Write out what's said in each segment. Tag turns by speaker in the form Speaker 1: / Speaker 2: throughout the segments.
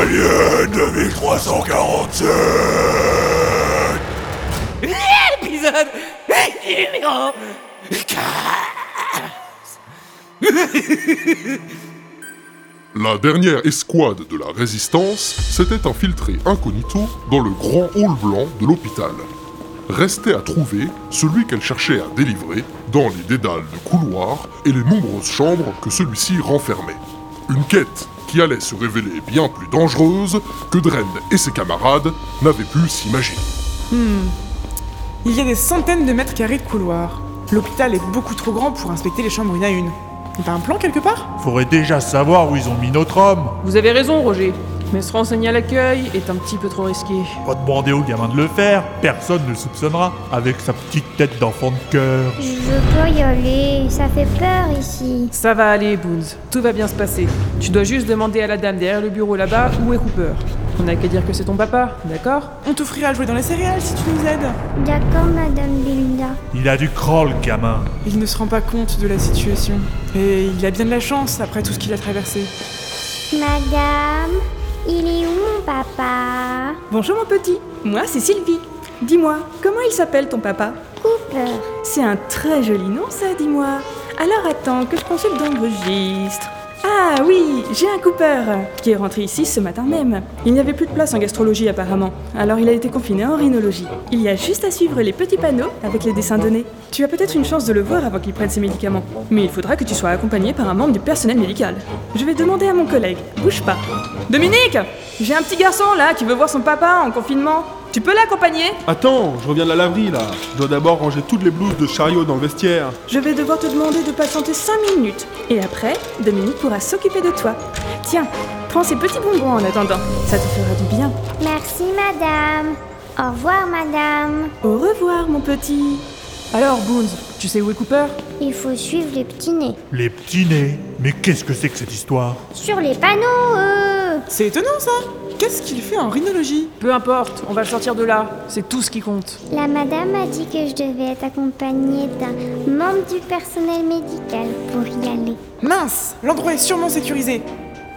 Speaker 1: Alien 2347
Speaker 2: Épisode numéro 4
Speaker 3: La dernière escouade de la résistance s'était infiltrée incognito dans le grand hall blanc de l'hôpital. Restait à trouver celui qu'elle cherchait à délivrer dans les dédales de couloirs et les nombreuses chambres que celui-ci renfermait. Une quête qui allait se révéler bien plus dangereuse que Dren et ses camarades n'avaient pu s'imaginer.
Speaker 4: Hmm. Il y a des centaines de mètres carrés de couloirs. L'hôpital est beaucoup trop grand pour inspecter les chambres une à une. T'as un plan quelque part
Speaker 5: Faudrait déjà savoir où ils ont mis notre homme.
Speaker 6: Vous avez raison, Roger. Mais se renseigner à l'accueil est un petit peu trop risqué.
Speaker 5: Pas demander aux gamins de le faire, personne ne le soupçonnera, avec sa petite tête d'enfant de cœur.
Speaker 7: Je peux y aller, ça fait peur ici.
Speaker 6: Ça va aller, Boons. Tout va bien se passer. Tu dois juste demander à la dame derrière le bureau là-bas où est Cooper. On n'a qu'à dire que c'est ton papa, d'accord
Speaker 4: On t'offrira à jouer dans les céréales si tu nous aides.
Speaker 7: D'accord, Madame Belinda.
Speaker 5: Il a du crawl, le gamin.
Speaker 4: Il ne se rend pas compte de la situation. Et il a bien de la chance après tout ce qu'il a traversé.
Speaker 7: Madame, il est où mon papa
Speaker 8: Bonjour mon petit, moi c'est Sylvie. Dis-moi, comment il s'appelle ton papa
Speaker 7: Cooper.
Speaker 8: C'est un très joli nom ça, dis-moi. Alors attends que je consulte dans le registre. Ah oui, j'ai un Cooper qui est rentré ici ce matin même. Il n'y avait plus de place en gastrologie apparemment, alors il a été confiné en rhinologie. Il y a juste à suivre les petits panneaux avec les dessins donnés. Tu as peut-être une chance de le voir avant qu'il prenne ses médicaments, mais il faudra que tu sois accompagné par un membre du personnel médical. Je vais demander à mon collègue, bouge pas. Dominique J'ai un petit garçon là qui veut voir son papa en confinement. Tu peux l'accompagner
Speaker 9: Attends, je reviens de la laverie là. Je dois d'abord ranger toutes les blouses de chariot dans le vestiaire.
Speaker 8: Je vais devoir te demander de patienter 5 minutes. Et après, Dominique pourra s'occuper de toi. Tiens, prends ces petits bonbons en attendant. Ça te fera du bien.
Speaker 7: Merci, Madame. Au revoir, Madame.
Speaker 8: Au revoir, mon petit.
Speaker 6: Alors, Boons, tu sais où est Cooper
Speaker 7: Il faut suivre les petits nez.
Speaker 5: Les petits nez. Mais qu'est-ce que c'est que cette histoire
Speaker 7: Sur les panneaux, euh. eux
Speaker 4: C'est étonnant ça Qu'est-ce qu'il fait en rhinologie
Speaker 6: Peu importe, on va le sortir de là. C'est tout ce qui compte.
Speaker 7: La Madame a dit que je devais être accompagnée d'un membre du personnel médical pour y aller.
Speaker 4: Mince L'endroit est sûrement sécurisé.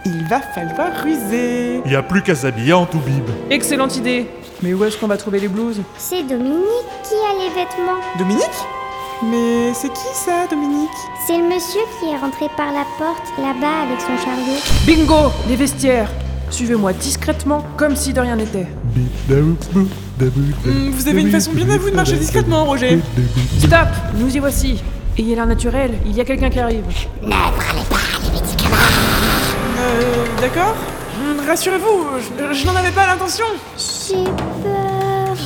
Speaker 4: Il va falloir ruser.
Speaker 5: Il n'y a plus qu'à s'habiller en tout bib.
Speaker 6: Excellente idée. Mais où est-ce qu'on va trouver les blouses
Speaker 7: C'est Dominique qui a les vêtements.
Speaker 4: Dominique Mais c'est qui ça, Dominique
Speaker 7: C'est le monsieur qui est rentré par la porte là-bas avec son chariot.
Speaker 6: Bingo Les vestiaires Suivez-moi discrètement, comme si de rien n'était.
Speaker 4: Hmm, Vous avez une façon bien à vous de marcher discrètement, Roger.
Speaker 6: Stop Nous y voici. Ayez l'air naturel, il y a quelqu'un qui arrive.
Speaker 4: Euh, d'accord Hmm, Rassurez-vous, je, je n'en avais pas l'intention.
Speaker 7: J'ai peur.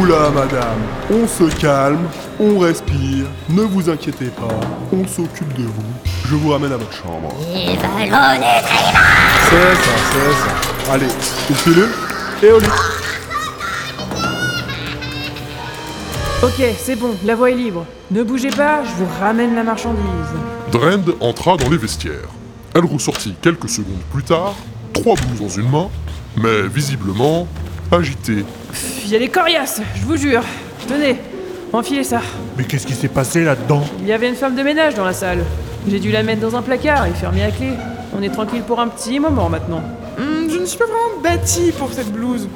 Speaker 9: Oula madame, on se calme, on respire, ne vous inquiétez pas, on s'occupe de vous. Je vous ramène à votre chambre. C'est ça, c'est ça. Allez, une pilule et au lit.
Speaker 6: Ok, c'est bon, la voie est libre. Ne bougez pas, je vous ramène la marchandise.
Speaker 3: Drend entra dans les vestiaires. Elle ressortit quelques secondes plus tard, trois blouses dans une main, mais visiblement agitée.
Speaker 6: Pff, y a des coriaces, je vous jure. Tenez, enfilez ça.
Speaker 5: Mais qu'est-ce qui s'est passé là-dedans
Speaker 6: Il y avait une femme de ménage dans la salle. J'ai dû la mettre dans un placard et fermer à clé. On est tranquille pour un petit moment maintenant.
Speaker 4: Hmm, je ne suis pas vraiment bâtie pour cette blouse.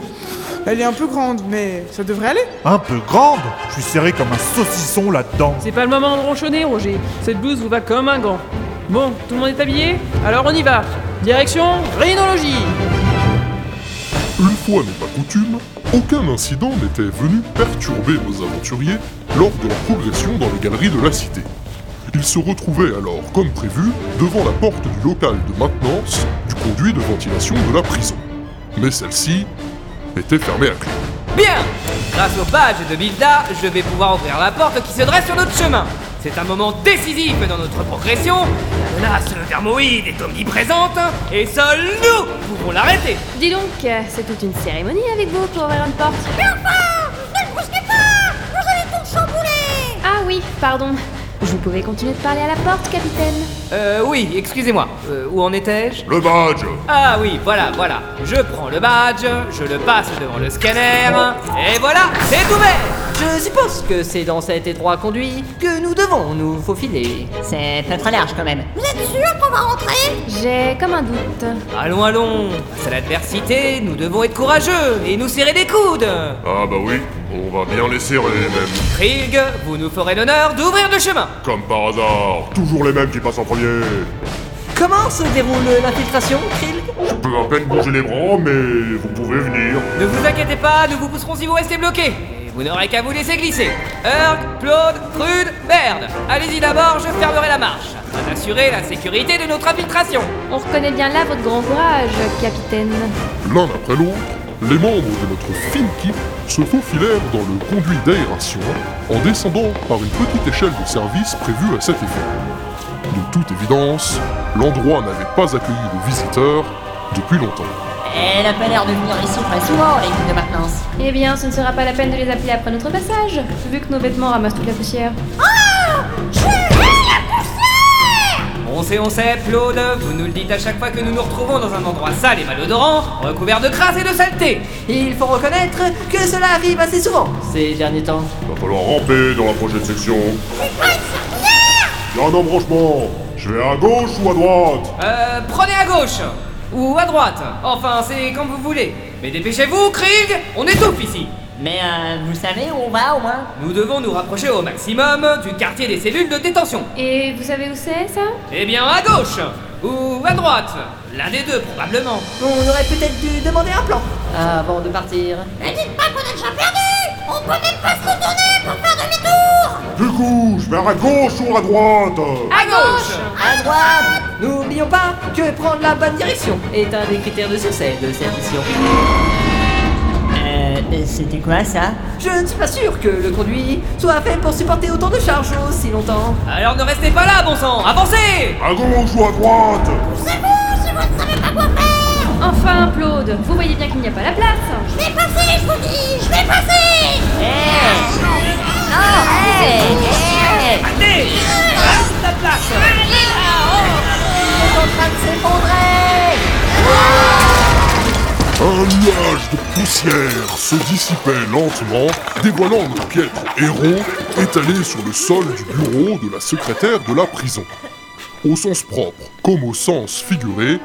Speaker 4: Elle est un peu grande, mais ça devrait aller.
Speaker 5: Un peu grande Je suis serré comme un saucisson là-dedans.
Speaker 6: C'est pas le moment de ronchonner, Roger. Cette blouse vous va comme un gant. Bon, tout le monde est habillé Alors on y va. Direction rhinologie
Speaker 3: Une fois n'est pas coutume, aucun incident n'était venu perturber nos aventuriers lors de leur progression dans les galeries de la cité. Ils se retrouvaient alors, comme prévu, devant la porte du local de maintenance du conduit de ventilation de la prison. Mais celle-ci était fermée à clé.
Speaker 10: Bien Grâce au badge de Bilda, je vais pouvoir ouvrir la porte qui se dresse sur notre chemin. C'est un moment décisif dans notre progression. La menace vermoïde est omniprésente et seuls nous pouvons l'arrêter.
Speaker 11: Dis donc, euh, c'est toute une cérémonie avec vous pour ouvrir une porte. Ah oui, pardon. Vous pouvez continuer de parler à la porte, capitaine.
Speaker 10: Euh, oui, excusez-moi. Euh, où en étais-je
Speaker 3: Le badge
Speaker 10: Ah oui, voilà, voilà. Je prends le badge, je le passe devant le scanner, et voilà, c'est ouvert Je suppose que c'est dans cet étroit conduit que nous devons nous faufiler. C'est pas très large quand même.
Speaker 11: Vous êtes sûr qu'on va rentrer J'ai comme un doute.
Speaker 10: Allons, allons C'est l'adversité, nous devons être courageux et nous serrer les coudes
Speaker 3: Ah bah oui, on va bien les serrer même.
Speaker 10: Krieg, vous nous ferez l'honneur d'ouvrir le chemin
Speaker 3: Comme par hasard, toujours les mêmes qui passent en premier.
Speaker 10: Comment se déroule l'infiltration, Krieg
Speaker 3: Je peux à peine bouger les bras, mais vous pouvez venir.
Speaker 10: Ne vous inquiétez pas, nous vous pousserons si vous restez bloqués Et vous n'aurez qu'à vous laisser glisser Erg, Claude, Trude, Merde Allez-y d'abord, je fermerai la marche afin d'assurer la sécurité de notre infiltration
Speaker 11: On reconnaît bien là votre grand courage, capitaine.
Speaker 3: L'un après l'autre, les membres de notre fine équipe se faufilèrent dans le conduit d'aération en descendant par une petite échelle de service prévue à cet effet. De toute évidence, l'endroit n'avait pas accueilli de visiteurs depuis longtemps.
Speaker 12: Elle a pas l'air de venir ici très souvent, l'équipe de maintenance.
Speaker 11: Eh bien, ce ne sera pas la peine de les appeler après notre passage, vu que nos vêtements ramassent toute la poussière.
Speaker 13: Oh,
Speaker 10: On sait, on sait, Claude, vous nous le dites à chaque fois que nous nous retrouvons dans un endroit sale et malodorant, recouvert de crasse et de saleté Il faut reconnaître que cela arrive assez souvent ces derniers temps.
Speaker 3: Va falloir ramper dans la prochaine section. Il y a un embranchement Je vais à gauche ou à droite
Speaker 10: Euh, prenez à gauche ou à droite, enfin c'est comme vous voulez. Mais dépêchez-vous, Krieg, on étouffe ici.
Speaker 12: Mais euh, vous savez où on va au moins
Speaker 10: Nous devons nous rapprocher au maximum du quartier des cellules de détention.
Speaker 11: Et vous savez où c'est, ça
Speaker 10: Eh bien, à gauche ou à droite, l'un des deux probablement.
Speaker 12: On aurait peut-être dû demander un plan. Avant de partir.
Speaker 13: Mais dites pas qu'on est déjà perdu On peut même pas se retourner pour faire demi-tour
Speaker 3: Du coup, je vais à gauche ou à droite
Speaker 10: À gauche
Speaker 12: À droite N'oublions pas que prendre la bonne direction est un des critères de succès de cette mission. Euh, c'était quoi ça Je ne suis pas sûr que le conduit soit fait pour supporter autant de charges aussi longtemps.
Speaker 10: Alors ne restez pas là, bon sang, avancez
Speaker 3: À gauche ou à droite
Speaker 13: C'est bon, si vous ne savez pas quoi faire
Speaker 11: Enfin, Claude, vous voyez bien qu'il n'y a pas la place.
Speaker 13: Je vais passer, je vous dis Je vais passer
Speaker 12: Eh, Oh,
Speaker 10: Allez Reste ta place
Speaker 12: en train de
Speaker 13: Oh,
Speaker 3: Un nuage de poussière se dissipait lentement, dévoilant nos piètre héros étalés sur le sol du bureau de la secrétaire de la prison. Au sens propre comme au sens figuré,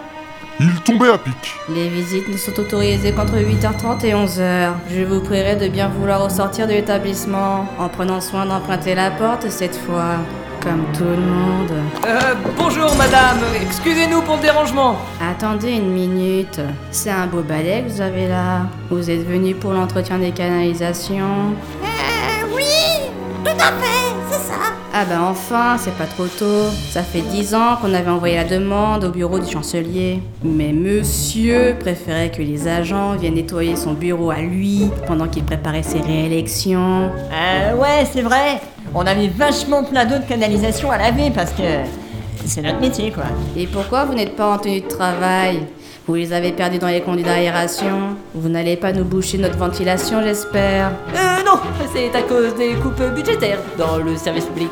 Speaker 3: il tombait à pic.
Speaker 14: Les visites ne sont autorisées qu'entre 8h30 et 11h. Je vous prierai de bien vouloir ressortir de l'établissement, en prenant soin d'emprunter la porte cette fois, comme tout le monde.
Speaker 10: Euh, bonjour madame, excusez-nous pour le dérangement.
Speaker 14: Attendez une minute. C'est un beau balai que vous avez là. Vous êtes venu pour l'entretien des canalisations.
Speaker 13: Euh, oui Tout à fait, c'est ça
Speaker 14: Ah bah enfin, c'est pas trop tôt. Ça fait dix ans qu'on avait envoyé la demande au bureau du chancelier. Mais monsieur préférait que les agents viennent nettoyer son bureau à lui pendant qu'il préparait ses réélections.
Speaker 12: Euh, ouais, c'est vrai. On avait vachement plein d'eau de canalisation à laver parce que c'est notre métier quoi.
Speaker 14: Et pourquoi vous n'êtes pas en tenue de travail Vous les avez perdus dans les conduits d'aération Vous n'allez pas nous boucher notre ventilation, j'espère
Speaker 12: Euh, non, c'est à cause des coupes budgétaires dans le service public.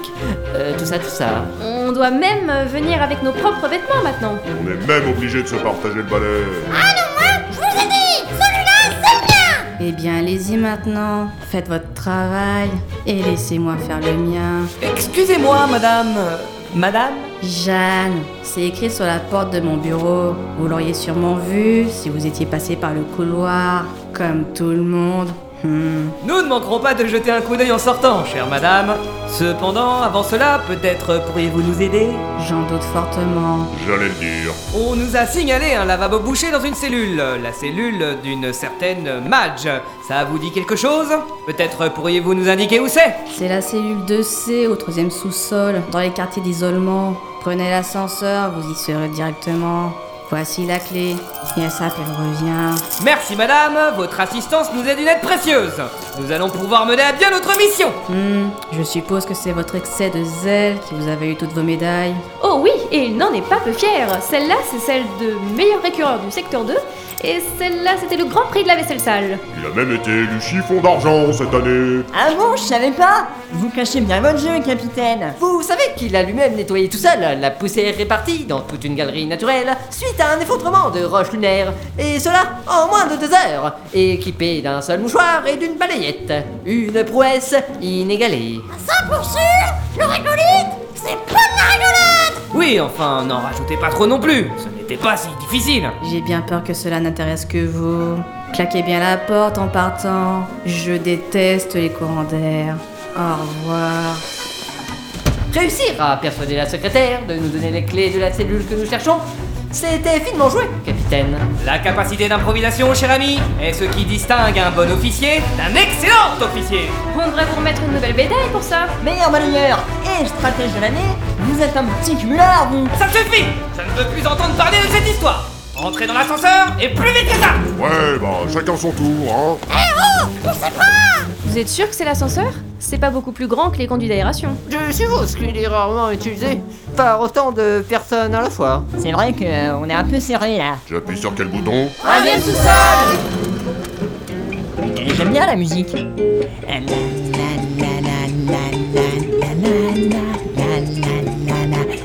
Speaker 12: Euh, tout ça, tout ça.
Speaker 11: On doit même euh, venir avec nos propres vêtements maintenant.
Speaker 3: On est même obligé de se partager le balai.
Speaker 13: Ah non, moi, je vous ai dit Celui-là, c'est bien
Speaker 14: Eh bien, allez-y maintenant. Faites votre travail et laissez-moi faire le mien.
Speaker 10: Excusez-moi madame. Euh, Madame
Speaker 14: Jeanne, c'est écrit sur la porte de mon bureau. Vous l'auriez sûrement vu si vous étiez passé par le couloir, comme tout le monde. Hmm.
Speaker 10: Nous ne manquerons pas de jeter un coup d'œil en sortant, chère madame. Cependant, avant cela, peut-être pourriez-vous nous aider
Speaker 14: J'en doute fortement.
Speaker 3: J'allais le dire.
Speaker 10: On nous a signalé un lavabo bouché dans une cellule, la cellule d'une certaine Madge. Ça vous dit quelque chose Peut-être pourriez-vous nous indiquer où c'est
Speaker 14: C'est la cellule 2C au troisième sous-sol, dans les quartiers d'isolement. Prenez l'ascenseur, vous y serez directement. Voici la clé. Et elle s'appelle revient.
Speaker 10: Merci madame, votre assistance nous est d'une aide précieuse. Nous allons pouvoir mener à bien notre mission.
Speaker 14: Hmm, je suppose que c'est votre excès de zèle qui vous a valu toutes vos médailles.
Speaker 11: Oh oui, et il n'en est pas peu fier. Celle-là, c'est celle de meilleur récureur du secteur 2, et celle-là, c'était le grand prix de la vaisselle sale.
Speaker 3: Il a même été élu chiffon d'argent cette année.
Speaker 12: Ah bon, je savais pas Vous cachez bien votre jeu, capitaine
Speaker 10: Vous savez qu'il a lui-même nettoyé tout seul la poussière répartie dans toute une galerie naturelle suite
Speaker 12: à un effondrement de roches lunaires, et cela en moins de deux heures, équipé d'un seul mouchoir et d'une balayette. Une prouesse inégalée.
Speaker 13: Ça pour sûr Le rigolite C'est pas de la rigolade
Speaker 10: Oui, enfin, n'en rajoutez pas trop non plus. Ce n'était pas si difficile.
Speaker 14: J'ai bien peur que cela n'intéresse que vous. Claquez bien la porte en partant. Je déteste les courants d'air. Au revoir.
Speaker 12: Réussir à persuader la secrétaire de nous donner les clés de la cellule que nous cherchons, c'était finement joué, capitaine.
Speaker 10: La capacité d'improvisation, cher ami, est ce qui distingue un bon officier d'un excellent officier.
Speaker 11: On devrait vous remettre une nouvelle médaille pour ça.
Speaker 15: Meilleur balayeur et stratège de l'année, vous êtes un petit cumulard, vous
Speaker 10: Ça suffit Je ne veux plus entendre parler de cette histoire. Entrez dans l'ascenseur et plus vite que ça
Speaker 5: Ouais, bah, chacun son tour, hein.
Speaker 13: Oh On sait pas
Speaker 11: Vous êtes sûr que c'est l'ascenseur C'est pas beaucoup plus grand que les conduits d'aération.
Speaker 12: Je suppose qu'il est rarement utilisé par autant de personnes à la fois.
Speaker 15: C'est vrai qu'on est un peu serré là.
Speaker 5: J'appuie sur quel bouton
Speaker 13: Reviens tout seul
Speaker 15: Et J'aime bien la musique. Euh, La, la,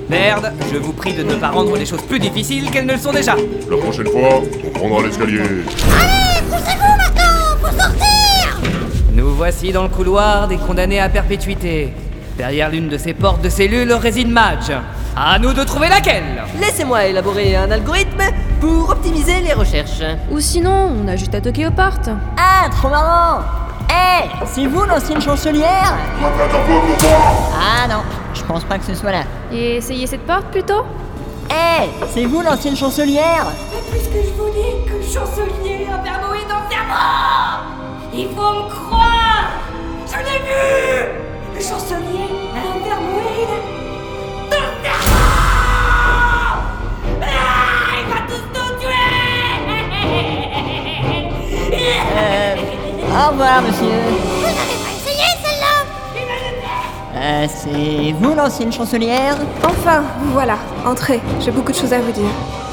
Speaker 10: Merde, je vous prie de ne pas rendre les choses plus difficiles qu'elles ne le sont déjà.
Speaker 5: La prochaine fois, on prendra l'escalier.
Speaker 13: Allez, poussez-vous maintenant Faut sortir
Speaker 10: Nous voici dans le couloir des condamnés à perpétuité. Derrière l'une de ces portes de cellules réside Madge. À nous de trouver laquelle
Speaker 12: Laissez-moi élaborer un algorithme pour optimiser les recherches.
Speaker 11: Ou sinon, on a juste à toquer aux portes.
Speaker 15: Ah, trop marrant Eh, c'est vous l'ancienne chancelière
Speaker 5: Attends, quoi, pourquoi
Speaker 15: Ah non, je pense pas que ce soit là.
Speaker 11: Et essayez cette porte plutôt
Speaker 15: Eh, c'est vous l'ancienne chancelière
Speaker 13: Mais puisque je vous dis que le chancelier a vermouillé dans le serment Il faut me croire Je l'ai vu Le chancelier a un vermouille dans le serment Ah Il va tous nous tuer
Speaker 15: Euh, au revoir, monsieur.
Speaker 13: Vous n'avez pas essayé celle-là Il va le faire
Speaker 15: Euh, c'est vous l'ancienne chancelière
Speaker 16: Enfin, vous voilà, entrez, j'ai beaucoup de choses à vous dire.